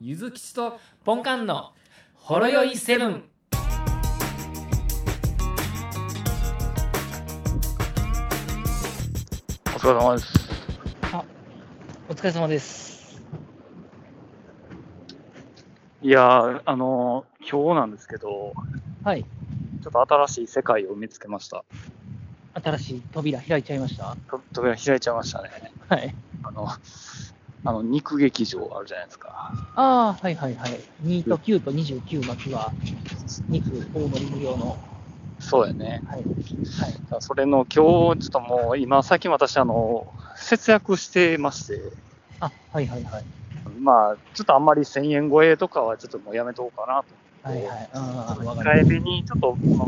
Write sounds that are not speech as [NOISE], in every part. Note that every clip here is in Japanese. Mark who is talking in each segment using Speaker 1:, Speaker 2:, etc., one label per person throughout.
Speaker 1: ゆずきちとポンカンのほろよいセブン。
Speaker 2: お疲れ様です。
Speaker 1: お疲れ様です。
Speaker 2: いやー、あのー今日なんですけど、
Speaker 1: はい。
Speaker 2: ちょっと新しい世界を見つけました。
Speaker 1: 新しい扉開いちゃいました。
Speaker 2: と扉開いちゃいましたね。
Speaker 1: はい。
Speaker 2: あの、あの肉劇場あるじゃないですか。
Speaker 1: ああ、はいはいはい。2と9と29巻きは、肉大盛り無料の。
Speaker 2: そうやね。
Speaker 1: はい。
Speaker 2: だからそれの今日、ちょっともう今、最近私、あの、節約してまして、
Speaker 1: あ、はいはいはい。
Speaker 2: まあ、ちょっとあんまり1000円超えとかはちょっともうやめとこうかなと。
Speaker 1: はいはい。ああ、わか
Speaker 2: 控え
Speaker 1: る。
Speaker 2: めに、ちょっと、ま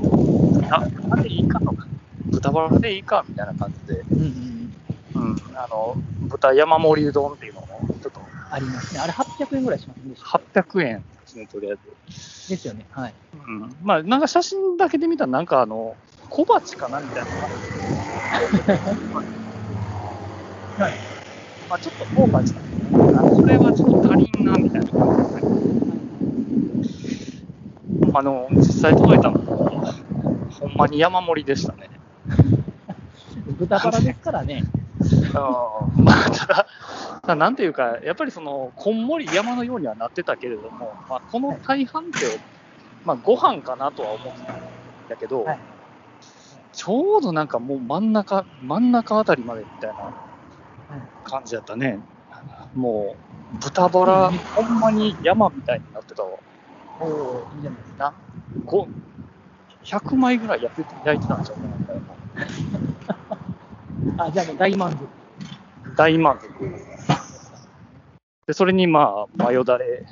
Speaker 2: あ、豚豚でいいかとか、豚バラでいいかみたいな感じで、
Speaker 1: うんうんうん。
Speaker 2: うん、あの、豚山盛りうどんっていうのを、ちょっと、
Speaker 1: ありますね。あれ800円ぐらいしませんでした。
Speaker 2: 800円ですね、とりあえず。
Speaker 1: ですよね。はい。
Speaker 2: うん。まあ、なんか写真だけで見たら、なんかあの、小鉢かなみたいな。 [LAUGHS] はい。まあ、ちょっと小鉢なんですね。あこれはちょっと足りんな、みたいな感じですね。あの、実際届いたのも、ほんまに山盛りでしたね。
Speaker 1: 豚バラですからね。
Speaker 2: うんまあ、ただ、ただなんていうか、やっぱりその、こんもり山のようにはなってたけれども、まあ、この大半って、まあ、ご飯かなとは思ってたんだけど、
Speaker 1: はい
Speaker 2: ちょうどなんかもう真ん中、真ん中あたりまでみたいな感じやったね。もう、豚バラ、
Speaker 1: うん
Speaker 2: ほんまに山みたいになってたわ。
Speaker 1: おおー、いいじゃないですか。
Speaker 2: なこう100枚ぐらい焼いて焼いてたんじゃないかな。
Speaker 1: あ、じゃあもう大満足。
Speaker 2: 大満足。で、それにまあ、マヨだれ。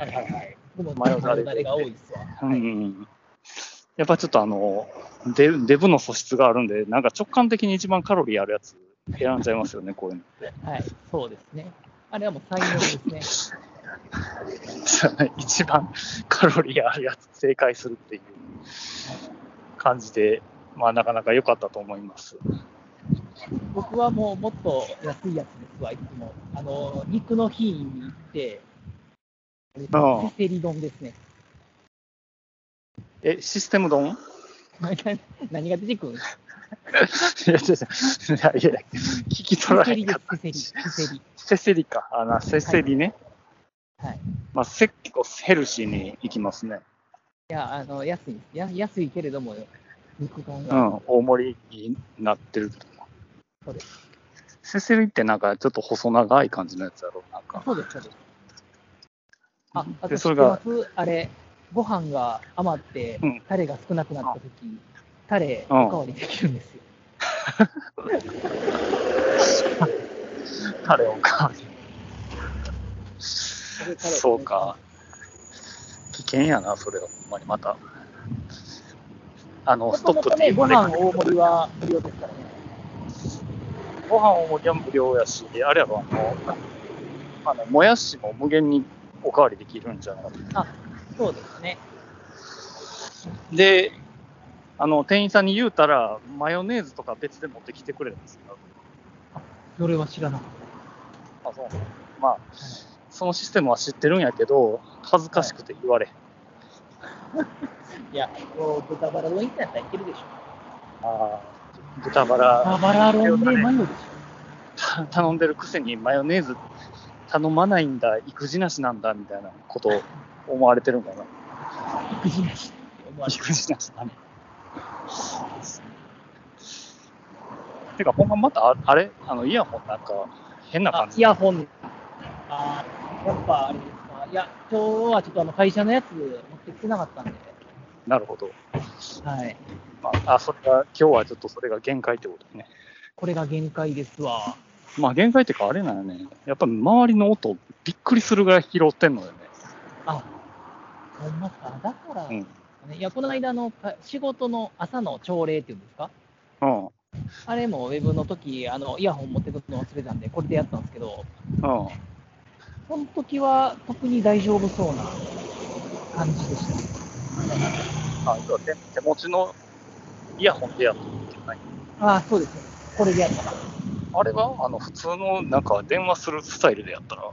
Speaker 1: はいはいはい。でも、
Speaker 2: 迷
Speaker 1: 迷
Speaker 2: う誰で
Speaker 1: うれが多いっすわ。
Speaker 2: う
Speaker 1: はい
Speaker 2: ん。やっぱちょっとあの、デデブの素質があるんで、なんか直感的に一番カロリーあるやつ選んじゃいますよ [LAUGHS] ね、こういうのって。
Speaker 1: はい、そうですね。あれはもう才能ですね。
Speaker 2: 一番カロリーあるやつ正解するっていう感じで、まあなかなか良かったと思います。
Speaker 1: 僕はもうもっと安いやつですわ、いつも。あの、肉の日に行って、
Speaker 2: ああ
Speaker 1: セセリ丼ですね。
Speaker 2: え、システム丼
Speaker 1: 何が出てくる
Speaker 2: いや、違う違ういやいや、聞き取ら
Speaker 1: セ
Speaker 2: れ
Speaker 1: リ
Speaker 2: へん
Speaker 1: で
Speaker 2: かっ
Speaker 1: す、
Speaker 2: た。
Speaker 1: セセリ。セセリ。
Speaker 2: セセリか。あなセセリね。
Speaker 1: はいはい
Speaker 2: まあ、せ結構ヘルシーにいきますね。
Speaker 1: いや、あの、安い。や安いけれども、肉丼
Speaker 2: う
Speaker 1: が。
Speaker 2: ん、大盛りになってると思う
Speaker 1: そうで
Speaker 2: セセリってなんかちょっと細長い感じのやつだろう、なんか。
Speaker 1: そうです、そうです。あ、あと
Speaker 2: で
Speaker 1: 知
Speaker 2: そ
Speaker 1: っ
Speaker 2: れ
Speaker 1: てま
Speaker 2: が
Speaker 1: すあれ、ご飯が余って
Speaker 2: うん、
Speaker 1: タレが少なくなったとき、タレ、
Speaker 2: うん
Speaker 1: おかわりできるんですよ。
Speaker 2: タレをか
Speaker 1: タレタレ
Speaker 2: [LAUGHS] そうか。危険やな、それは。ほんまにまた。あの、
Speaker 1: も
Speaker 2: スト
Speaker 1: とも
Speaker 2: ップ
Speaker 1: とね、ご
Speaker 2: ま
Speaker 1: 飯
Speaker 2: で
Speaker 1: 大盛りは無料ですからね。
Speaker 2: ご飯をもギャンブル用やし、あれやろ、あの、あのもやしも無限におかわりできるんじゃなかった
Speaker 1: そうですね。
Speaker 2: で、あの、店員さんに言うたら、マヨネーズとか別で持ってきてくれたんですよ。
Speaker 1: それは知らなかっ
Speaker 2: あ、そうまあ、そのシステムは知ってるんやけど、恥ずかしくて言われへん。
Speaker 1: た。いや、もう豚バラ丼いったらいけるでしょ。
Speaker 2: あー豚バラ
Speaker 1: 豚バラ丼で迷うでしょ。
Speaker 2: た頼んでるくせにマヨネーズ頼まないんだ、育児なしなんだ、みたいなことを思われてるんかな。
Speaker 1: 育児なしって [LAUGHS] 思われる
Speaker 2: 育児なしだね。てか、ほんままたあ、あれあの、イヤホンなんか、変な
Speaker 1: あ
Speaker 2: 感、
Speaker 1: イ
Speaker 2: じ。
Speaker 1: ヤホン。あやっぱあれですか。いや、今日はちょっとあの会社のやつ持ってきてなかったんで。
Speaker 2: なるほど。
Speaker 1: はい。
Speaker 2: まあ、あ、それが、今日はちょっとそれが限界ってことね。
Speaker 1: これが限界ですわ。
Speaker 2: まあ、限界っていうか、あれなのね。やっぱり周りの音、びっくりするぐらい拾ってんのよね。
Speaker 1: あ、ほんまか。だから、
Speaker 2: うん。
Speaker 1: いや、この間のか仕事の朝の朝礼っていうんですか
Speaker 2: うん。
Speaker 1: あれもウェブの時あのイヤホン持ってくの忘れたんで、これでやったんですけど、
Speaker 2: うん。
Speaker 1: その時は特に大丈夫そうな感じでし
Speaker 2: あ、要は手手持ちのイヤホンでやっといけない。
Speaker 1: た。ああ、そうですね。これでやったら。
Speaker 2: あれは、あの、普通の、なんか、電話するスタイルでやったら、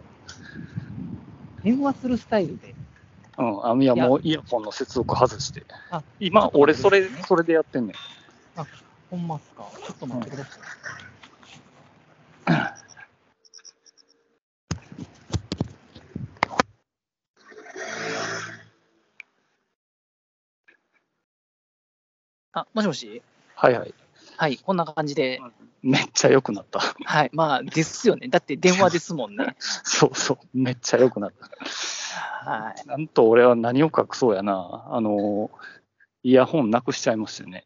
Speaker 3: 電話するスタイルで。
Speaker 2: うん、あのいや、
Speaker 3: いや
Speaker 2: もうイヤホンの接続外して
Speaker 3: あ。
Speaker 2: 今、俺、それ、それでやってんねん。
Speaker 3: ほんまっすか。ちょっと待ってください。
Speaker 1: あ、もしもし
Speaker 2: はいはい。
Speaker 1: はい、こんな感じで。
Speaker 2: めっちゃ良くなった。 [LAUGHS]
Speaker 1: はい、まあ、ですよね。だって電話ですもんね。
Speaker 2: そうそう。めっちゃ良くなった。
Speaker 1: はい。
Speaker 2: なんと俺は何を隠そうやな。あの、イヤホンなくしちゃいましたよね。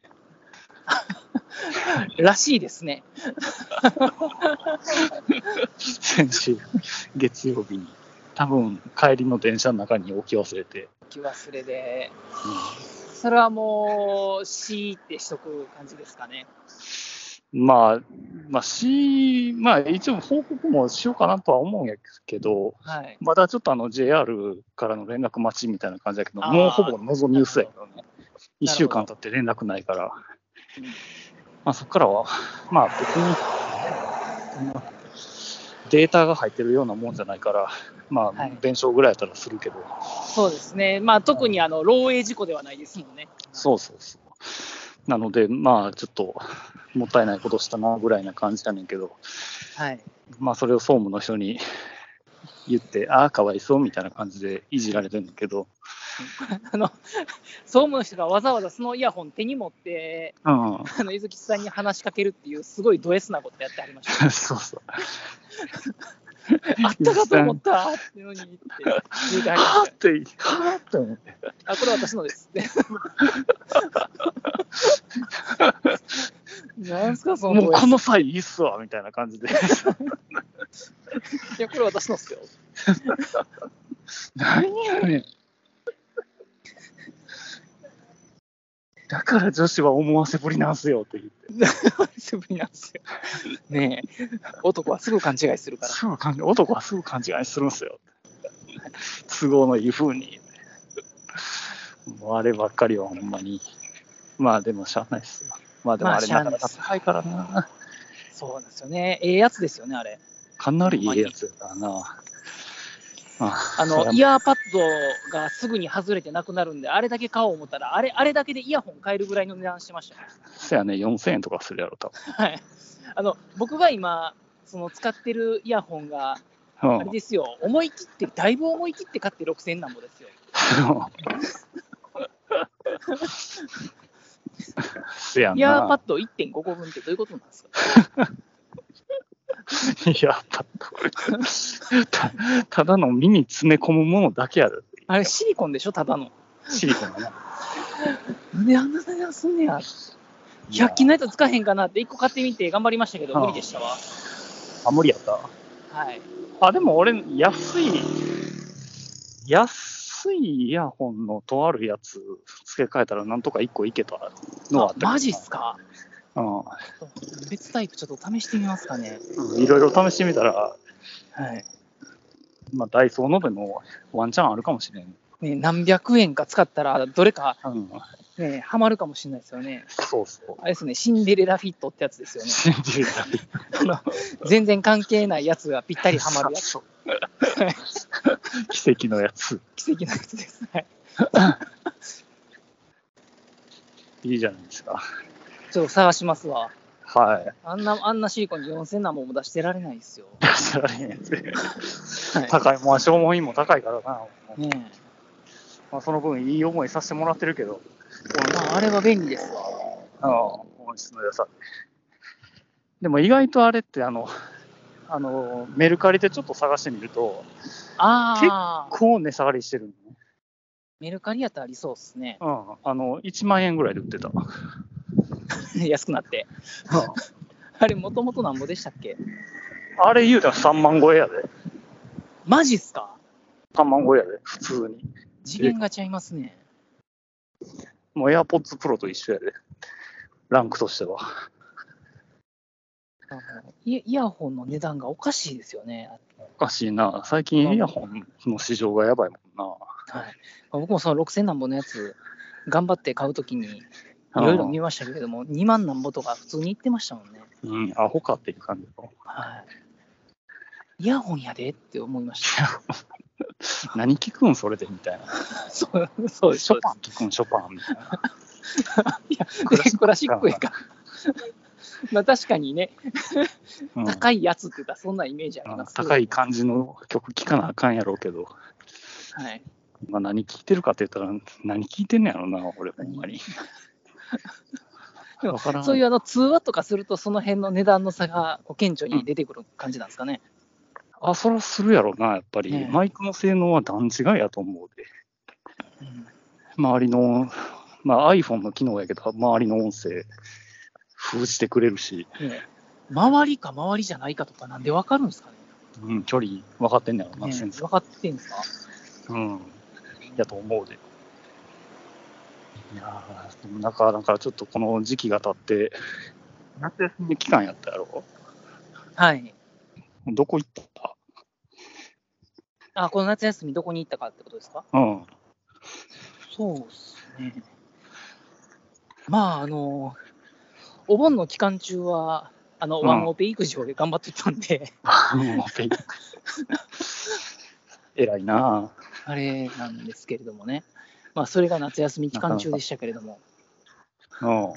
Speaker 1: らしいですね。
Speaker 2: 先週、月曜日に。多分、帰りの電車の中に置き忘れて。
Speaker 1: 気忘れで。
Speaker 2: うん
Speaker 1: それはもう、しーってしとく感じですかね。
Speaker 2: まあ、まあ、し、まあ、一応報告もしようかなとは思うんやけど、
Speaker 1: はい。
Speaker 2: まだちょっとあの JR からの連絡待ちみたいな感じだけど、
Speaker 1: あー
Speaker 2: もうほぼ望み薄やけど
Speaker 1: な
Speaker 2: ね。1週間経って連絡ないから、まあ、そこからは、まあ別に、そんなデータが入ってるようなもんじゃないから、ま
Speaker 1: は
Speaker 2: あ
Speaker 1: い、
Speaker 2: 弁償ぐらいやったらするけど、
Speaker 1: そうですね。まあ、特にあの、漏洩事故ではないですもんね。
Speaker 2: そうそうそう。なので、まあちょっと、もったいないことしたなぐらいな感じやねんけど、
Speaker 1: はい。
Speaker 2: まあそれを総務の人に [LAUGHS] 言って、ああ、かわいそうみたいな感じでいじられてるんだけど、
Speaker 1: あの、総務の人がわざわざそのイヤホン手に持って、
Speaker 2: うん、 [LAUGHS]
Speaker 1: あの、ゆずきさんに話しかけるっていう、すごいド S なことやってありました。
Speaker 2: [LAUGHS] そうそう。
Speaker 1: あったかと思ったってのにって言うてはりま
Speaker 2: は [LAUGHS]
Speaker 1: し
Speaker 2: ーって、はーって思って。
Speaker 1: た。あ、これ私のです [LAUGHS] って。なんすか、その
Speaker 2: もう
Speaker 1: 声。
Speaker 2: この際いいっすわ、みたいな感じで。
Speaker 1: いや、これ私のっすよ。
Speaker 2: [LAUGHS] 何やねん。 [LAUGHS] だから女子は思わせぶりなんすよって言って。
Speaker 1: 久しぶりなんですよ。ねえ、男はすぐ勘違いするから。
Speaker 2: すぐ勘違い男はすぐ勘違いするんすよ。都合のいい風に。もうあればっかりはほんまに。まあでもしゃあないっすよ。まあでも
Speaker 1: まあ
Speaker 2: あれ
Speaker 1: しゃ
Speaker 2: な
Speaker 1: あ
Speaker 2: か
Speaker 1: ない
Speaker 2: な
Speaker 1: っ
Speaker 2: か
Speaker 1: す
Speaker 2: 高いからな。
Speaker 1: そうなんですよね。ええやつですよね、あれ。
Speaker 2: かなりいいやつやからな。あ
Speaker 1: あ
Speaker 2: そりゃ
Speaker 1: の、イヤーパッドがすぐに外れてなくなるんで、あれだけ買おう思ったら、あれ、あれだけでイヤホン買えるぐらいの値段してましたよ。
Speaker 2: せやね、4000円とかするやろ、多
Speaker 1: [LAUGHS] はい。あの、僕が今、その使ってるイヤホンが、あ
Speaker 2: 分。
Speaker 1: れ
Speaker 2: うん。
Speaker 1: ですよ、思い切って、だいぶ思い切って買って6000なんぼですよ。
Speaker 2: せやな。
Speaker 1: イヤーパッド1.5個分ってどういうことなんですか
Speaker 2: いや、パッとたただの耳詰め込むものだけやる。
Speaker 1: あれ、シリコンでしょ、ただの。
Speaker 2: シリコンね。
Speaker 1: なんであんな値段すんねや。100均のやつ使えへんかなって1個買ってみて頑張りましたけど、
Speaker 2: ああ
Speaker 1: 無理でしたわ。
Speaker 2: あ、無理やった。
Speaker 1: はい。
Speaker 2: あ、でも俺、安い、安いイヤホンのとあるやつ付け替えたらなんとか1個いけたのはあったけどな
Speaker 1: マジっすか
Speaker 2: う
Speaker 1: 別タイプちょっと試してみますかね。
Speaker 2: ん。いろいろ試してみたら、
Speaker 1: はい。
Speaker 2: まあ、ダイソーのでもワンチャンあるかもしれん。
Speaker 1: ね、何百円か使ったら、どれか
Speaker 2: うん。
Speaker 1: ね、ハマるかもしれないですよね。
Speaker 2: そう
Speaker 1: [LAUGHS]
Speaker 2: そう。
Speaker 1: あれですね、シンデレラフィットってやつです
Speaker 2: [LAUGHS]
Speaker 1: よね。
Speaker 2: 信じるだけ。
Speaker 1: 全然関係ないやつがぴったりハマるやつ。
Speaker 2: そう [LAUGHS] 奇跡のやつ。
Speaker 1: 奇跡のやつです。はい。
Speaker 2: いいじゃないですか。
Speaker 1: ちょっと探しますわ。
Speaker 2: はい。 [LAUGHS]
Speaker 1: あんな、あんなシリコンで4000なんぼも出してられないですよ。
Speaker 2: 知られへんやつ。
Speaker 1: はい
Speaker 2: 高い、まあ、消耗品も高いからな。
Speaker 1: ね
Speaker 2: まあ、その分、いい思いさせてもらってるけど、
Speaker 1: え。まあ、あれは便利ですわ。
Speaker 2: あの音質の良さ。でも、意外とあれって、あの、 [LAUGHS] あのメルカリでちょっと探してみると、
Speaker 1: ああ、
Speaker 2: こう値下がりしてるのね。
Speaker 1: メルカリやったらありそうですね。 [LAUGHS]
Speaker 2: うん。あの、1万円ぐらいで売ってた。
Speaker 1: 安くなって。あれ、もともとなんぼでしたっけ
Speaker 2: あれ言うたら3万超えやで。
Speaker 1: マジっすか
Speaker 2: 3万超えやで、普通に。
Speaker 1: 次元がちゃいますね。
Speaker 2: もう AirPods Pro と一緒やで。ランクとしては。
Speaker 1: あのイイヤホンの値段がおかしいですよね。
Speaker 2: おかしいな。最近イヤホンの市場がやばいもんな。
Speaker 1: はい、僕もその6000なんぼのやつ、頑張って買うときにいろいろ見ましたけれども、2万なんぼとか普通に言ってましたもんね。
Speaker 2: うん、アホかっていう感じの。
Speaker 1: はい、イヤホンやでって思いました。
Speaker 2: 何聞くんそれでみたいな。
Speaker 1: [LAUGHS] そう、そうです。
Speaker 2: ショパン聞くんショパンみたいな。
Speaker 1: いや、クラシックや [LAUGHS] から。まあ確かにね、
Speaker 2: うん
Speaker 1: 高いやつって言ったらそんなイメージあり
Speaker 2: うん
Speaker 1: ます。
Speaker 2: 高い。感じの曲聴かなあかんやろうけど、
Speaker 1: はい。
Speaker 2: まあ、何聴いてるかって言ったら、何聴いてんねやろな、俺、ほんまに。
Speaker 1: [LAUGHS] でも
Speaker 2: わからん
Speaker 1: そういうあの通話とかすると、その辺の値段の差がこう顕著に出てくる感じなんですかね。
Speaker 2: あ、そらするやろな、やっぱり。
Speaker 1: ねえ
Speaker 2: マイクの性能は段違いやと思うで。
Speaker 1: うん
Speaker 2: 周りの、まあ、iPhone の機能やけど、周りの音声、封じてくれるし、
Speaker 1: ね周りか周りじゃないかとか、なんでわかるんですかね。
Speaker 2: うん、距離分かってんねやろな、
Speaker 1: ね
Speaker 2: センサ
Speaker 1: 分かってんですか
Speaker 2: ー。うん、やと思うで。いやー、でもなんか、なんかちょっとこの時期が経って、夏休み期間やったやろ
Speaker 1: はい。
Speaker 2: どこ行った
Speaker 1: あ、この夏休みどこに行ったかってことですか [LAUGHS]
Speaker 2: うん。
Speaker 1: そうですね。まあ、あの、お盆の期間中は、あの、
Speaker 2: うん
Speaker 1: ワンオペ育児を頑張ってたんで、
Speaker 2: もうペイ [LAUGHS] 偉いなぁ
Speaker 1: あれなんですけれどもね。まあ、それが夏休み期間中でしたけれども。
Speaker 2: うん
Speaker 1: はい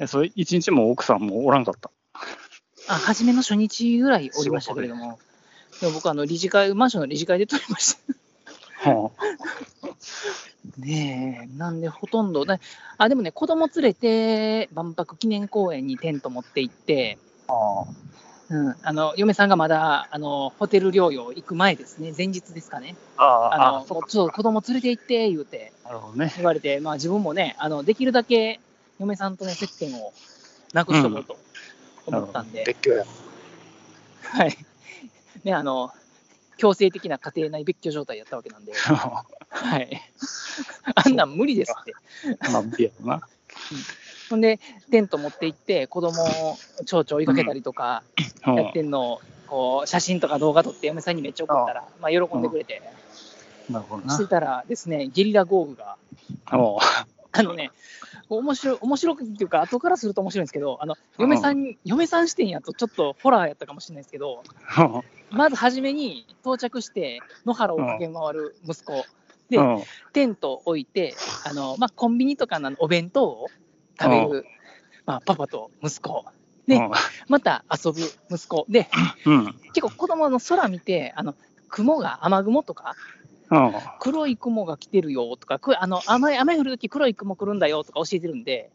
Speaker 2: え。それ一日も奥さんもおらんかった。
Speaker 1: あ、初めの初日ぐらいおりましたけれども。でも僕、あの、理事会、マンションの理事会で撮りました。
Speaker 2: うん
Speaker 1: ねえ、なんでほとんどね、あ、でもね、子供連れて万博記念公園にテント持って行って、うん、あの嫁さんがまだあのホテル療養行く前ですね、前日ですかね、
Speaker 2: あ
Speaker 1: あ
Speaker 2: あ
Speaker 1: のもうちょっと子供連れて行って言うて
Speaker 2: なるほどね。
Speaker 1: 言われて、まあ、自分もねあの、できるだけ嫁さんとの接点をなくしとこうと思ったんで、
Speaker 2: 別居や。 [LAUGHS]
Speaker 1: はいね、あの強制的な家庭内別居状態やったわけなんで、 [LAUGHS] はい、あんなん無理ですって。
Speaker 2: まあ、無理やろな。
Speaker 1: ほんで、テント持って行って、子供を蝶々追いかけたりとか、
Speaker 2: うん
Speaker 1: やってんのを、こう、写真とか動画撮って、嫁さんにめっちゃ送ったら、まあ、喜んでくれて、
Speaker 2: なるほどな。
Speaker 1: してたらですね、ゲリラ豪雨が、
Speaker 2: うん
Speaker 1: あのね、面白い、面白くっていうか、後からすると面白いんですけど、あの、嫁さんに、嫁さん視点やとちょっとホラーやったかもしれないですけど、
Speaker 2: うん
Speaker 1: まず初めに到着して、野原を駆け回る息子、で
Speaker 2: うん
Speaker 1: テント置いて、あの、まあ、コンビニとかのお弁当を食べる、まあ、パパと息子。で、また遊ぶ息子で、
Speaker 2: うん。うん
Speaker 1: 結構子供の空見て、あの雲が雨雲とか、
Speaker 2: うん
Speaker 1: 黒い雲が来てるよとか、くあの雨雨降るとき黒い雲来るんだよとか教えてるんで、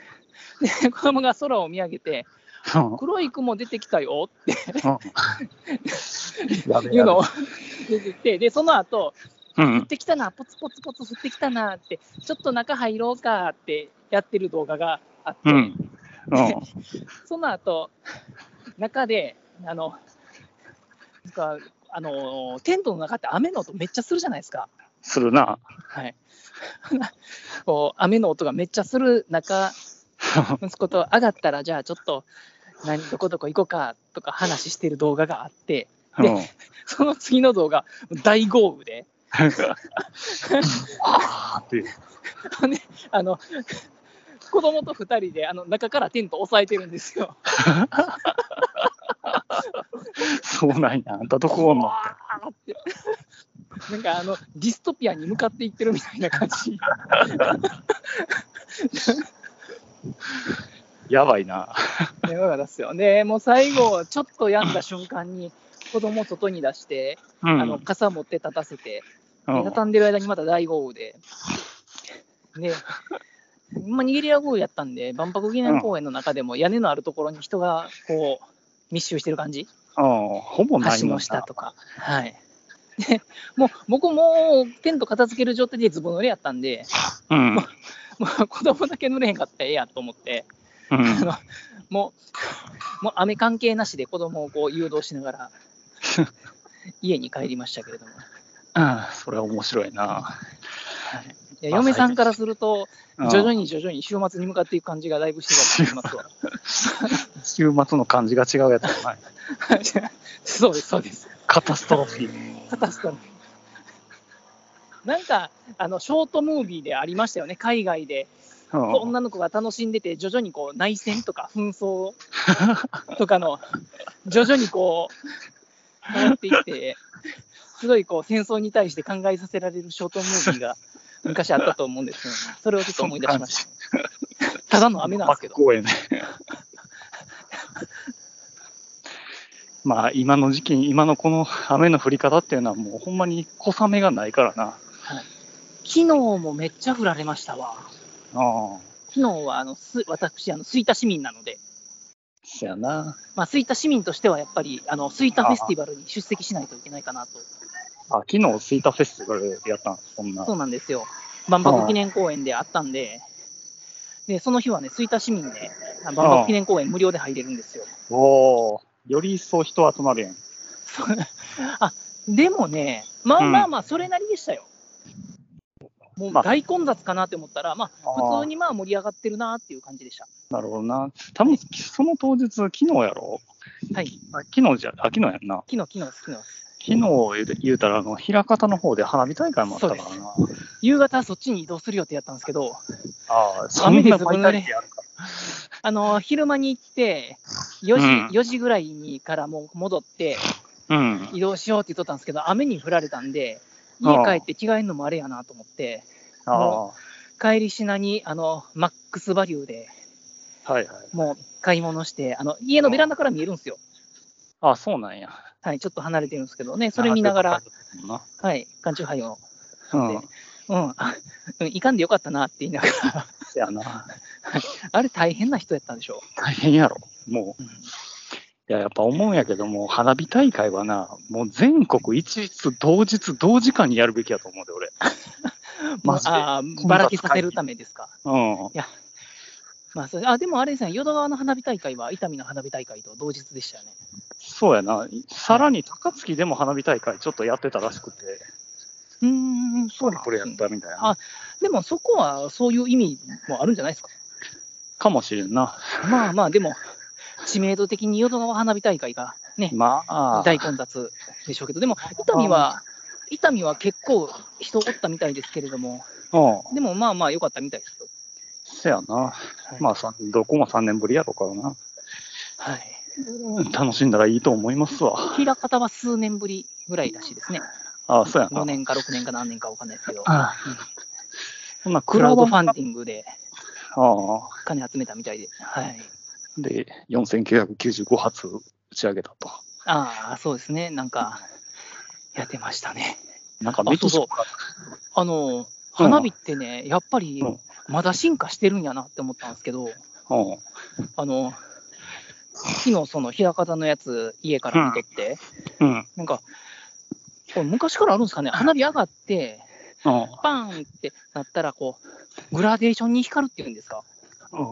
Speaker 1: [LAUGHS] で子供が空を見上げて、 [LAUGHS]
Speaker 2: うん
Speaker 1: 黒い雲出てきたよっ
Speaker 2: や
Speaker 1: ていうのを [LAUGHS] 出てきて、でその後
Speaker 2: べえ
Speaker 1: 降ってきたな、ポツポツポツ降ってきたなって、ちょっと中入ろうかってやってる動画があって、
Speaker 2: うん。うん。うん
Speaker 1: その後中で、あの、なんかあのテントの中って雨の音めっちゃするじゃないですか。
Speaker 2: するな。
Speaker 1: はい、 [LAUGHS] こう雨の音がめっちゃする
Speaker 2: [LAUGHS]
Speaker 1: 中、息子と上がったら、じゃあちょっと何、どこどこ行こうかとか話してる動画があって、
Speaker 2: う
Speaker 1: で
Speaker 2: ん
Speaker 1: その次の動画、大豪雨で、
Speaker 2: あーっていう
Speaker 1: であの子供と2人であの中からテント押さえてるんですよ。
Speaker 2: [LAUGHS] そうなんや。あんたどこおんの
Speaker 1: わーってなんかあのディストピアに向かっていってるみたいな感
Speaker 2: [LAUGHS]
Speaker 1: じ。
Speaker 2: やばいな。
Speaker 1: ね、わかったっすよ。で、もう最後、ちょっと病んだ瞬間に、子供を外に出して、
Speaker 2: う
Speaker 1: あの
Speaker 2: ん。
Speaker 1: 傘持って立たせて、
Speaker 2: う
Speaker 1: で
Speaker 2: ん
Speaker 1: 畳んでる間にまた大豪雨で。で、ほんまにゲリラ豪雨やったんで、万博記念公園の中でも屋根のあるところに人がこう密集してる感じ、
Speaker 2: うんほぼない
Speaker 1: 橋
Speaker 2: もん
Speaker 1: の
Speaker 2: な
Speaker 1: 下とか。はい。で、もう僕もうテント片付ける状態でズボン濡れやったんで、
Speaker 2: うん。 [LAUGHS] うん
Speaker 1: もう子供だけ濡れへんかったらええやと思って、もう、もう雨関係なしで子供をこう誘導しなが
Speaker 2: [LAUGHS]
Speaker 1: ら、家に帰りましたけれども。
Speaker 2: うん。それは面白いな。
Speaker 1: はいいや嫁さんからすると、
Speaker 2: うん
Speaker 1: 徐々に徐々に週末に向かっていく感じがだいぶしてたと思いますわ。
Speaker 2: 週末の感じが違うやつじゃない。
Speaker 1: [LAUGHS] そうです、そうです。
Speaker 2: [LAUGHS] カタストロフィー。
Speaker 1: カタストロフィーなんか、あの、ショートムービーでありましたよね、海外で。
Speaker 2: うん。
Speaker 1: 女の子が楽しんでて、徐々にこう、内戦とか紛争 [LAUGHS] とかの、徐々にこう、変わっていって、すごいこう戦争に対して考えさせられるショートムービーが昔あったと思うんですよね。それをちょっと思い出しましたた。ただの雨なんですけど。
Speaker 2: 公園ね。 [LAUGHS] まあ今の時期に、今のこの雨の降り方っていうのはもうほんまに小雨がないからな。
Speaker 1: 昨日もめっちゃ降られましたわ。
Speaker 2: ああ。
Speaker 1: 昨日はあのす私、あの吹田市民なので、
Speaker 2: そやな。
Speaker 1: まあ、吹田市民としてはやっぱりあの吹田フェスティバルに出席しないといけないかなと。
Speaker 2: あ、昨日スイタフェスティバルやったんそんな。
Speaker 1: そうなんですよ。万博記念公園であったんで、でその日はね、吹田市民で、あ万博記念公園無料で入れるんですよ。
Speaker 2: おお。より一層人集まるやん。
Speaker 1: そうあでもね、まあまあまあ、それなりでしたよ。もう
Speaker 2: まあ
Speaker 1: 大混雑かなって思ったら、ま
Speaker 2: あ
Speaker 1: あ、
Speaker 2: ー
Speaker 1: 普通にまあ盛り上がってるなっていう感じでした。
Speaker 2: なるほどな。多分その当日、昨日やろ
Speaker 1: はい、
Speaker 2: あ昨日じゃ、あ、昨日やんな。
Speaker 1: 昨日、昨日、昨日。
Speaker 2: 昨日言うて言うたら、あの、枚方の方で花火大会もあったから
Speaker 1: そうで
Speaker 2: な。
Speaker 1: 夕方そっちに移動する予定やったんですけど、
Speaker 2: ああ、そ
Speaker 1: 雨
Speaker 2: ん
Speaker 1: で
Speaker 2: な
Speaker 1: ず
Speaker 2: バ
Speaker 1: ぶ
Speaker 2: イ
Speaker 1: 濡
Speaker 2: タ
Speaker 1: れ
Speaker 2: リティあるか。
Speaker 1: あの昼間に行って4時、
Speaker 2: うん
Speaker 1: 4時ぐらいにからもう戻って、
Speaker 2: うん。
Speaker 1: 移動しようって言っとったんですけど、雨に降られたんで、家
Speaker 2: ああ
Speaker 1: 帰って着替えるのもあれやなと思って、
Speaker 2: ああ、は
Speaker 1: 帰りしなにあのマックスバリューで
Speaker 2: いはい。
Speaker 1: もう買い物して、あの家のベランダから見えるんですよ。
Speaker 2: あそうなんや。
Speaker 1: はい、ちょっと離れてるんですけどね、それ見ながら、。
Speaker 2: な
Speaker 1: はい、缶中杯を。
Speaker 2: う
Speaker 1: う
Speaker 2: ん。
Speaker 1: ん、 [LAUGHS] あうん、いかんでよかったなって言いながら、
Speaker 2: せやな。
Speaker 1: あれ大変な人やったんでしょ
Speaker 2: 大変やろ。もう。
Speaker 1: うん
Speaker 2: いや、やっぱ思うんやけども、花火大会はな、もう全国一律、同日、同時間にやるべきやと思うで、俺。マジで
Speaker 1: あーばらけさせるためですか。
Speaker 2: うん。
Speaker 1: まあ、それあでもあれですね、淀川の花火大会は伊丹の花火大会と同日でしたよね。
Speaker 2: そうやな。さらに高槻でも花火大会ちょっとやってたらしくて、
Speaker 1: うーん、そうなん
Speaker 2: これやったみたい
Speaker 1: あ
Speaker 2: な。
Speaker 1: でもそこはそういう意味もあるんじゃないですか。
Speaker 2: かもしれんな。
Speaker 1: まあまあ、でも、知名度的に淀川花火大会がね、
Speaker 2: まあ、
Speaker 1: 大混雑でしょうけど、でも、伊丹は、伊丹は結構人おったみたいですけれども、
Speaker 2: うん。
Speaker 1: でもまあまあ良かったみたいですよ。
Speaker 2: せやな。まあ、さどこも3年ぶりやろからな。
Speaker 1: はい。
Speaker 2: 楽しんだらいいと思いますわ。
Speaker 1: 平方は数年ぶりぐらいらしいですね。
Speaker 2: ああ、そうやな。
Speaker 1: 5年か6年か何年かわかんないですけど、
Speaker 2: ああそんな
Speaker 1: クラウドファンディングで
Speaker 2: ああ。
Speaker 1: 金集めたみたいで、はい。
Speaker 2: で、4995発打ち上げたと。
Speaker 1: ああ、そうですね、なんか、やってましたね。
Speaker 2: なんか
Speaker 1: あ
Speaker 2: メキシ
Speaker 1: そう
Speaker 2: コ
Speaker 1: あの、花火ってね、やっぱり
Speaker 2: うん
Speaker 1: まだ進化してるんやなって思ったんですけど、
Speaker 2: うん
Speaker 1: あの、昨日その枚方のやつ、家から見とって、
Speaker 2: うん。
Speaker 1: なんか、これ昔からあるんですかね、花火上がって、
Speaker 2: うん。
Speaker 1: バーンってなったら、こう、グラデーションに光るっていうんですか、
Speaker 2: うん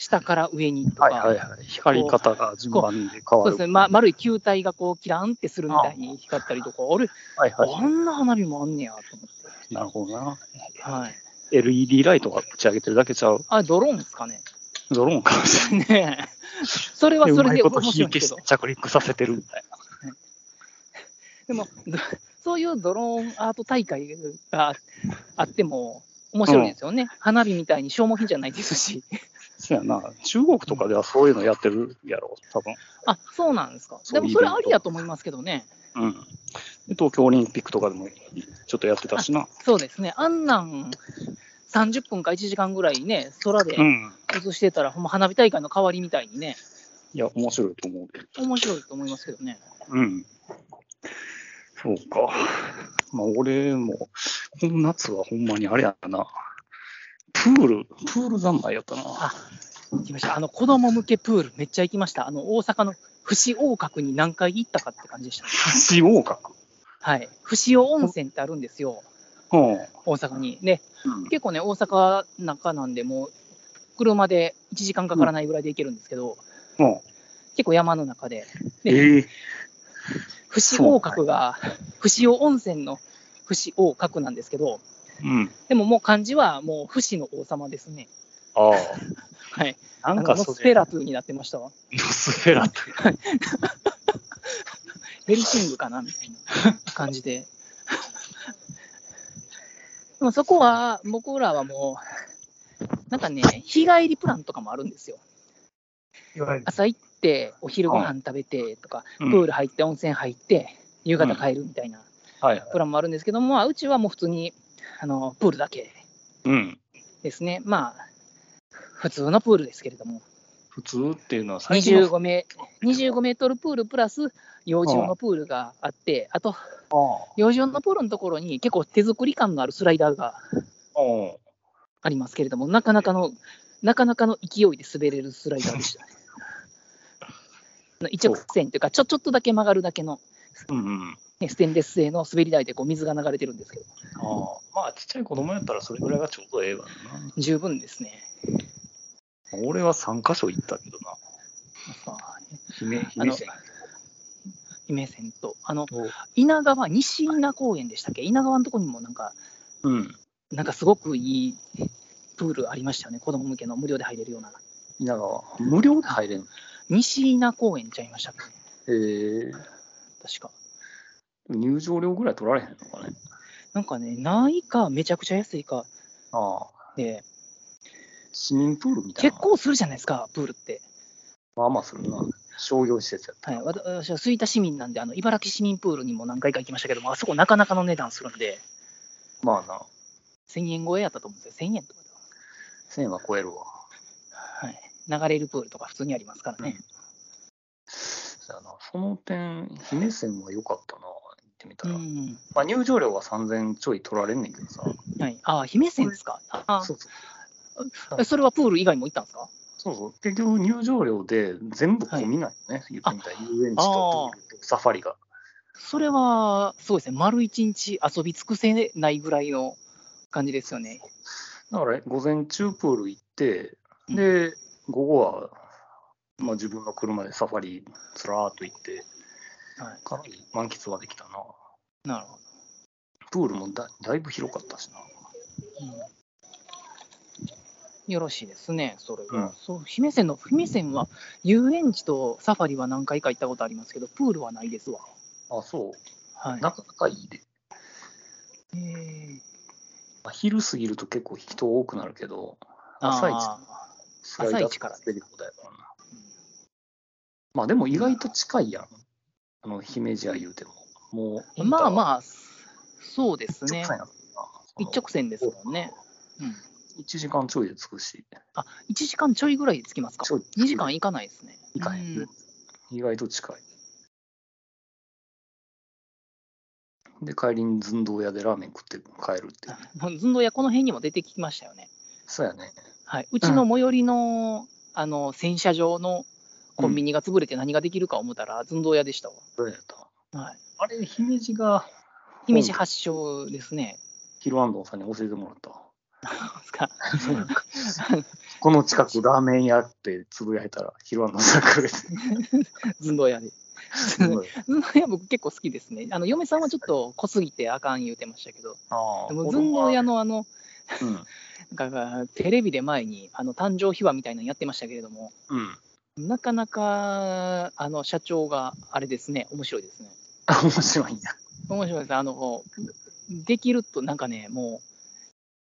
Speaker 1: 下から上にとか、
Speaker 2: はいはいはい。光り方が順番で変
Speaker 1: そ
Speaker 2: わ
Speaker 1: う
Speaker 2: る
Speaker 1: です。ね、ま、丸い球体がこう、キランってするみたいに光ったりとか、あれ、
Speaker 2: はいは
Speaker 1: あんな花火もあんねやと思っ
Speaker 2: い。なるほどな。
Speaker 1: て、はい、
Speaker 2: LED ライトが打ち上げてるだけちゃう。
Speaker 1: あれ、ドローンですかね。 [LAUGHS]
Speaker 2: ドローンかもしれん
Speaker 1: ねえそれは
Speaker 2: で
Speaker 1: そうれ
Speaker 2: ま
Speaker 1: で
Speaker 2: いこ
Speaker 1: 面
Speaker 2: と
Speaker 1: 白いん
Speaker 2: 火
Speaker 1: で
Speaker 2: 消
Speaker 1: すけど
Speaker 2: して、着陸させてるみたい
Speaker 1: でも、ど [LAUGHS] そういうドローンアート大会があっても面白いですよね、花火みたいに消耗品じゃないです [LAUGHS] し、
Speaker 2: な。そうやな。中国とかではそういうのやってるやろ、多分。
Speaker 1: あそうなんですか、
Speaker 2: そ
Speaker 1: で
Speaker 2: う
Speaker 1: も
Speaker 2: いう
Speaker 1: それありやと思いますけどね、
Speaker 2: うん。で東京オリンピックとかでもちょっとやってたしな。
Speaker 1: そうですね、あんなん30分か1時間ぐらいね、空で
Speaker 2: うん。
Speaker 1: 映してたら、ほんま花火大会の代わりみたいにね、
Speaker 2: いや、面白いと思うけど。
Speaker 1: 面白いと思いますけどね。
Speaker 2: うん。そうか。まあ、俺も、この夏はほんまにあれやな。プール、プール三昧やったな。
Speaker 1: あ行きましたあの子供向けプール、めっちゃ行きました、あの大阪の伏王閣に何回行ったかって感じでした。
Speaker 2: 死亡か。
Speaker 1: はい、伏尾温泉ってあるんですよ、
Speaker 2: うん。うん
Speaker 1: 大阪に。で、結構ね、大阪中なんで、もう車で1時間かからないぐらいで行けるんですけど、
Speaker 2: うん。
Speaker 1: 結構山の中で、
Speaker 2: ええ
Speaker 1: 伏尾角が、伏尾温泉の伏尾角なんですけど、
Speaker 2: うん。
Speaker 1: でももう漢字はもう伏の王様ですね。
Speaker 2: あ
Speaker 1: はい、
Speaker 2: あ。なん
Speaker 1: あ
Speaker 2: か
Speaker 1: のノ
Speaker 2: そ
Speaker 1: スペ
Speaker 2: れ、
Speaker 1: ラトゥになってましたわ。
Speaker 2: ノスフェラって。
Speaker 1: ヘルシングかなみたいな感じで。 [LAUGHS] でもそこは、僕らはもう、なんかね、日帰りプランとかもあるんですよ。
Speaker 2: いわゆ
Speaker 1: 朝行って、お昼ご飯食べてとか、
Speaker 2: うん
Speaker 1: プール入って、温泉入って、夕方帰るみたいな
Speaker 2: はいはい。
Speaker 1: プランもあるんですけども、まあうちはもう普通にあのプールだけ
Speaker 2: うん。
Speaker 1: ですね、まあ、普通のプールですけれども、
Speaker 2: 普通っていうのは最近の
Speaker 1: 25メ ,25 メートルプールプラス、洋上のプールがあって、あと、洋上のプールのところに結構手作り感のあるスライダーが
Speaker 2: うん
Speaker 1: ありますけれども、なかなかの、なかなかの勢いで滑れるスライダーで
Speaker 2: [LAUGHS]
Speaker 1: したね。あの一直線というか、ちょちょっとだけ曲がるだけの、
Speaker 2: うんうん。
Speaker 1: ね、ステンレス製の滑り台でこう水が流れてるんですけど、
Speaker 2: ああまあ、ちっちゃい子供やったらそれぐらいがちょうどええわな。
Speaker 1: 十分ですね。
Speaker 2: 俺は3箇所行ったけどな。
Speaker 1: まあね
Speaker 2: 姫、姫線。
Speaker 1: 姫線と、あの
Speaker 2: お、
Speaker 1: 稲川、西稲公園でしたっけ稲川のとこにもなんか、
Speaker 2: うん。
Speaker 1: なんかすごくいいプールありましたよね、子供向けの無料で入れるような。
Speaker 2: 稲川。無料で入れんの
Speaker 1: 西稲公園ちゃいましたっけ
Speaker 2: えー、
Speaker 1: 確か。
Speaker 2: 入場料ぐらい取られへんのかね。
Speaker 1: なんかね、ないか、めちゃくちゃ安いか
Speaker 2: ああ、
Speaker 1: で、
Speaker 2: 市民プールみたいな。
Speaker 1: 結構するじゃないですか、プールって。
Speaker 2: まあまあするな。商業施設やった
Speaker 1: は
Speaker 2: ら。
Speaker 1: い、わた私は吹田市民なんで、あの茨城市民プールにも何回か行きましたけども、あそこなかなかの値段するんで、
Speaker 2: まあな、
Speaker 1: 1000円超えやったと思うんですよ、1000円とかで
Speaker 2: 1000円は超えるわ。
Speaker 1: はい、流れるプールとか普通にありますからね。
Speaker 2: そやなその点、姫線は良かったな、行ってみた
Speaker 1: う
Speaker 2: ら。
Speaker 1: ん
Speaker 2: まあ、入場料は3000ちょい取られんねんけどさ。
Speaker 1: はい、ああ、姫線ですか。あ
Speaker 2: そうそう
Speaker 1: あそれはプール以外も行ったんですか
Speaker 2: そうそう結局、入場料で全部込みないよね、言ってみたら遊園地とプールとサファリが。
Speaker 1: それはすごいですね、丸一日遊び尽くせないぐらいの感じですよね。
Speaker 2: だから、午前中プール行って、で、午後は、まあ、自分の車でサファリつらーっと行って、
Speaker 1: は
Speaker 2: かなり満喫はできたな。
Speaker 1: い、なるほ
Speaker 2: プールもだだいぶ広かったしな。
Speaker 1: ど、うんよろしいですね、それは。
Speaker 2: うん
Speaker 1: そう姫線の姫線は遊園地とサファリは何回か行ったことありますけど、プールはないですわ。
Speaker 2: あ、そう。
Speaker 1: はい
Speaker 2: なかなかいいで。
Speaker 1: えー
Speaker 2: まあ昼過ぎると結構人多くなるけど、朝一
Speaker 1: あ
Speaker 2: スライダー
Speaker 1: 朝一から
Speaker 2: 滑り放題やからな。まあでも意外と近いやん。あの、姫路や言うても。も
Speaker 1: ー
Speaker 2: う、
Speaker 1: まあ
Speaker 2: あ、
Speaker 1: まあ、そうです
Speaker 2: 直
Speaker 1: ね。
Speaker 2: 線やもんな
Speaker 1: 一直線ですもんね。うん、
Speaker 2: 1時間ちょいで着くし、
Speaker 1: あ1時間ちょいぐらいで着きますか
Speaker 2: ちょい。
Speaker 1: 2時間いかないですね。
Speaker 2: 以下やね
Speaker 1: うん
Speaker 2: 意外と近い。で、帰りに寸胴屋でラーメン食って帰るっていう。
Speaker 1: もう寸胴屋、この辺にも出てきましたよね。
Speaker 2: そうやね。
Speaker 1: はい、うちの最寄りの,、あの洗車場のコンビニが潰れて何ができるか思ったら、寸胴屋でしたわ。
Speaker 2: そうやった。
Speaker 1: はい、
Speaker 2: あれ、姫路が、
Speaker 1: 姫路発祥ですね。
Speaker 2: ヒロアンドンさんに教えてもらった
Speaker 1: [LAUGHS]
Speaker 2: わ。
Speaker 1: なんですか
Speaker 2: この近くラーメン屋ってつぶやいたら、ヒロアンドンさんがくれて。
Speaker 1: 寸胴屋で。寸胴屋、僕結構好きですね。あの嫁さんはちょっと濃すぎてあかん言うてましたけど、
Speaker 2: あ
Speaker 1: でも寸胴屋
Speaker 2: の。
Speaker 1: のあの
Speaker 2: うん。
Speaker 1: なんかテレビで前にあの誕生秘話みたいなのやってましたけれども、
Speaker 2: うん。 [LAUGHS]
Speaker 1: なかなかあの社長があれですね、面白いですね。
Speaker 2: 面白いんだ。
Speaker 1: 面白いです。あの、できると、なんかね、も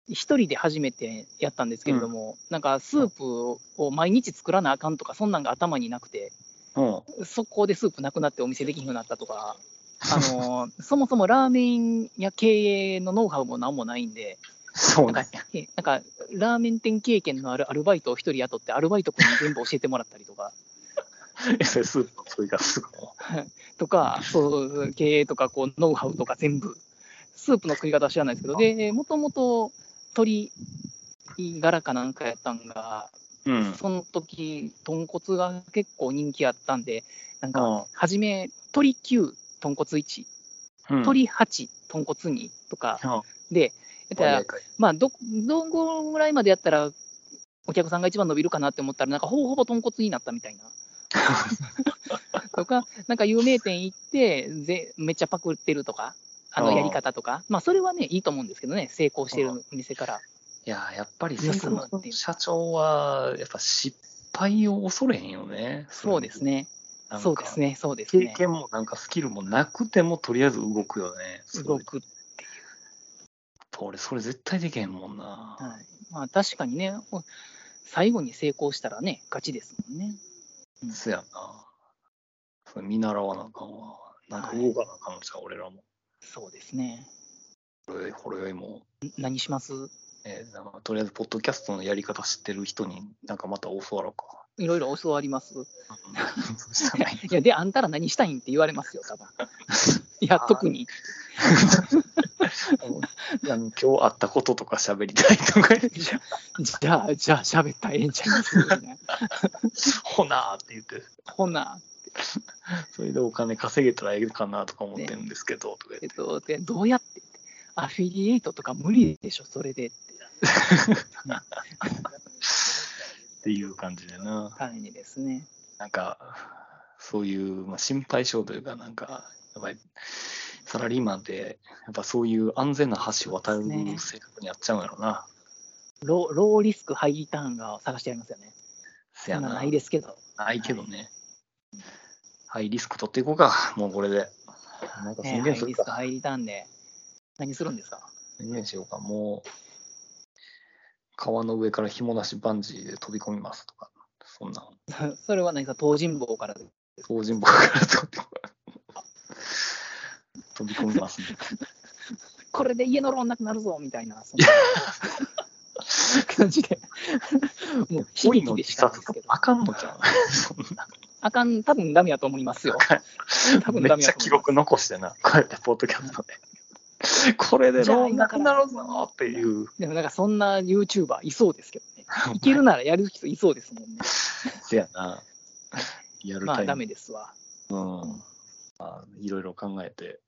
Speaker 1: う、一人で初めてやったんですけれども、なんかスープを毎日作らなあかんとか、そんなんが頭になくて、
Speaker 2: うん。
Speaker 1: 速攻でスープなくなってお店できなくなったと
Speaker 2: [LAUGHS]
Speaker 1: か、あのそもそもラーメンや経営のノウハウも何もないんで、
Speaker 2: そう
Speaker 1: なんか
Speaker 2: ね。、
Speaker 1: えなんかラーメン店経験のあるアルバイトを一人雇って、アルバイト君に全部教えてもらったりとか、
Speaker 2: SS スープの作り方すごい。
Speaker 1: とか、そう、経営とか、こう、ノウハウとか全部、スープの作り方は知らないですけど、で、もともと鶏柄かなんかやったんが、
Speaker 2: うん。
Speaker 1: その時、豚骨が結構人気あったんで、なん
Speaker 2: う
Speaker 1: か
Speaker 2: ん、
Speaker 1: 初め、鶏9、豚骨1、
Speaker 2: うん。
Speaker 1: 鶏8、豚骨2とか
Speaker 2: うん
Speaker 1: で、やったら
Speaker 2: 割合会
Speaker 1: まあ、ど、どんぐらいまでやったら、お客さんが一番伸びるかなって思ったら、なんかほぼほぼ豚骨になったみたい
Speaker 2: [LAUGHS]
Speaker 1: な。とか、なんか有名店行ってぜ、めっちゃパクってるとか、あ
Speaker 2: あ
Speaker 1: の
Speaker 2: ー
Speaker 1: やり方とか、まあ、それはね、いいと思うんですけどね、成功してる店から。
Speaker 2: いやー、やっぱり
Speaker 1: いや
Speaker 2: そこ
Speaker 1: そう
Speaker 2: の社長は、やっぱ失敗を恐れへんよね。
Speaker 1: そうです。ね、そうです
Speaker 2: ね。
Speaker 1: ね、そうです
Speaker 2: 経
Speaker 1: ね。
Speaker 2: 験もなんかスキルもなくてもとりあえず動くよね。
Speaker 1: 動く、
Speaker 2: 俺それ絶対できへんもんな。
Speaker 1: はいまあ、確かにね、お最後に成功したらね、勝ちですもんね。
Speaker 2: そやな。それ見習わなあかんわ。なんか動かなあかんさ、俺らも。
Speaker 1: そうですね。
Speaker 2: これこれよりも、
Speaker 1: ん何します
Speaker 2: えーなんかとりあえず、ポッドキャストのやり方知ってる人に、なんかまた教わろう
Speaker 1: [LAUGHS]
Speaker 2: か。
Speaker 1: いろいろ教わります。
Speaker 2: そうしたらいい
Speaker 1: いや、で、あんたら何したいんって言われますよ、多分。 [LAUGHS] いや、
Speaker 2: あー
Speaker 1: 特に。
Speaker 2: あのいや今日あったこととか喋りたいとか言って、
Speaker 1: じゃあ、じゃあ、喋ったらええんちゃいますみたいな
Speaker 2: ほなーって言って、
Speaker 1: ほな、
Speaker 2: それでお金稼げたらええかなとか思ってるんですけど、とか言っ
Speaker 1: え
Speaker 2: て
Speaker 1: っと、でどうやってってアフィリエイトとか無理でしょ、それでって。
Speaker 2: っていう感じでな、
Speaker 1: 単にですね。
Speaker 2: なんか、そういう、まあ、心配性というか、なんか、やっぱり、サラリーマンって、やっぱそういう安全な橋を渡る性格にやっちゃうんやろな。
Speaker 1: ローローリスクハイリターンが探してありますよね。
Speaker 2: せ
Speaker 1: そ
Speaker 2: や
Speaker 1: んな
Speaker 2: な。
Speaker 1: のないですけど。
Speaker 2: ないけどね。はい、リスク取っていこうか、もうこれで。なんか
Speaker 1: ね、ハ
Speaker 2: 宣
Speaker 1: イ
Speaker 2: 言す
Speaker 1: リ
Speaker 2: る
Speaker 1: ス
Speaker 2: か
Speaker 1: ク。ハイリターンで何するんですか
Speaker 2: 宣言しようか、もう、川の上から紐なしバンジーで飛び込みますとか、そんな、
Speaker 1: それは何か東尋坊からで
Speaker 2: 東尋坊から飛び込む飛び込みますね。
Speaker 1: これで家のローンなくなるぞみたいな、そんな感じ [LAUGHS] で。もう、悲
Speaker 2: 恋
Speaker 1: 劇
Speaker 2: の
Speaker 1: で
Speaker 2: 自
Speaker 1: しかない
Speaker 2: 殺
Speaker 1: ですけ
Speaker 2: と
Speaker 1: ど
Speaker 2: か。あかんのじゃん。そんな
Speaker 1: あかん、多分ダメやと思いますよ。 [LAUGHS] 多分
Speaker 2: め
Speaker 1: ダ
Speaker 2: っ
Speaker 1: メ
Speaker 2: ち
Speaker 1: やと思い
Speaker 2: ゃ
Speaker 1: ます
Speaker 2: 記録残してな、こうやってポッドキャストで。これで
Speaker 1: じゃあ
Speaker 2: ローンなくなる
Speaker 1: 今から
Speaker 2: ぞっていう。
Speaker 1: でもなんかそんな YouTuber いそうですけどね。いけるならやる人いそうですもんね。
Speaker 2: せやな。リアル
Speaker 1: ま
Speaker 2: タ
Speaker 1: あ
Speaker 2: イ
Speaker 1: ダ
Speaker 2: ム
Speaker 1: メですわ。
Speaker 2: うんまあ、いろいろ考えて、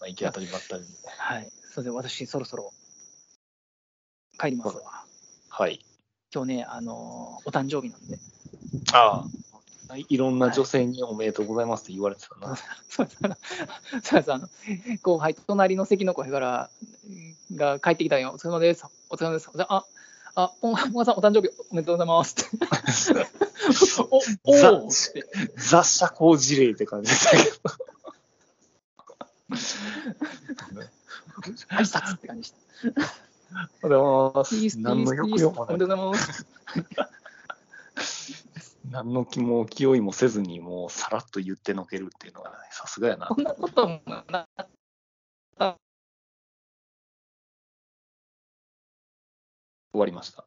Speaker 2: まあ、行き当たりばったりで。
Speaker 1: はい。それで私そろそろ帰りますわ。
Speaker 2: はい。
Speaker 1: 今日ね、あのーお誕生日なんで。 [LAUGHS]
Speaker 2: ああ。いろんな女性におめでとうございますって言われてた
Speaker 1: [LAUGHS]
Speaker 2: な。
Speaker 1: そうですあのそうですあの後輩、隣の席の子からが帰ってきたよ。お疲れ様です。お疲れ様です。あ、あ、ポンポンさんお誕生日おめでとうございます
Speaker 2: [LAUGHS]
Speaker 1: って。お、お
Speaker 2: ザ
Speaker 1: ーって。
Speaker 2: 雑社交辞令って感じでしたけど。
Speaker 1: 挨拶って感じでした。
Speaker 2: おはようござ
Speaker 1: ピ
Speaker 2: [LAUGHS] い
Speaker 1: ース
Speaker 2: ます。
Speaker 1: ピ
Speaker 2: 何の
Speaker 1: ースピー
Speaker 2: 抑
Speaker 1: ス
Speaker 2: 揚
Speaker 1: お
Speaker 2: も
Speaker 1: め
Speaker 2: な
Speaker 1: でとう
Speaker 2: く
Speaker 1: ございます。
Speaker 2: 何の気も気負いもせずに、もうさらっと言ってのけるっていうのはね、さすがやな。
Speaker 1: こんなこともなかった。
Speaker 2: 終わりました。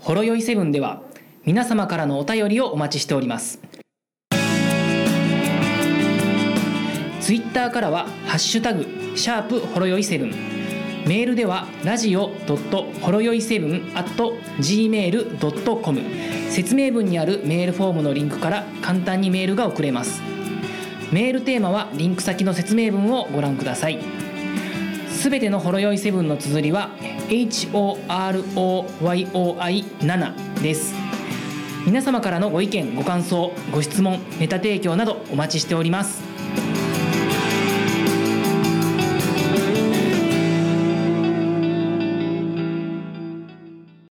Speaker 4: ほろよいセブンでは皆様からのお便りをお待ちしておりますツイッターからは「ハッシュタグシャープほろよいセブン」メールではラジオドットほろよいセブン at gmail.com 説明文にあるメールフォームのリンクから簡単にメールが送れますメールテーマはリンク先の説明文をご覧くださいすべてのほろ酔いセブンの綴りは HOROYOI7 です皆様からのご意見ご感想ご質問ネタ提供などお待ちしております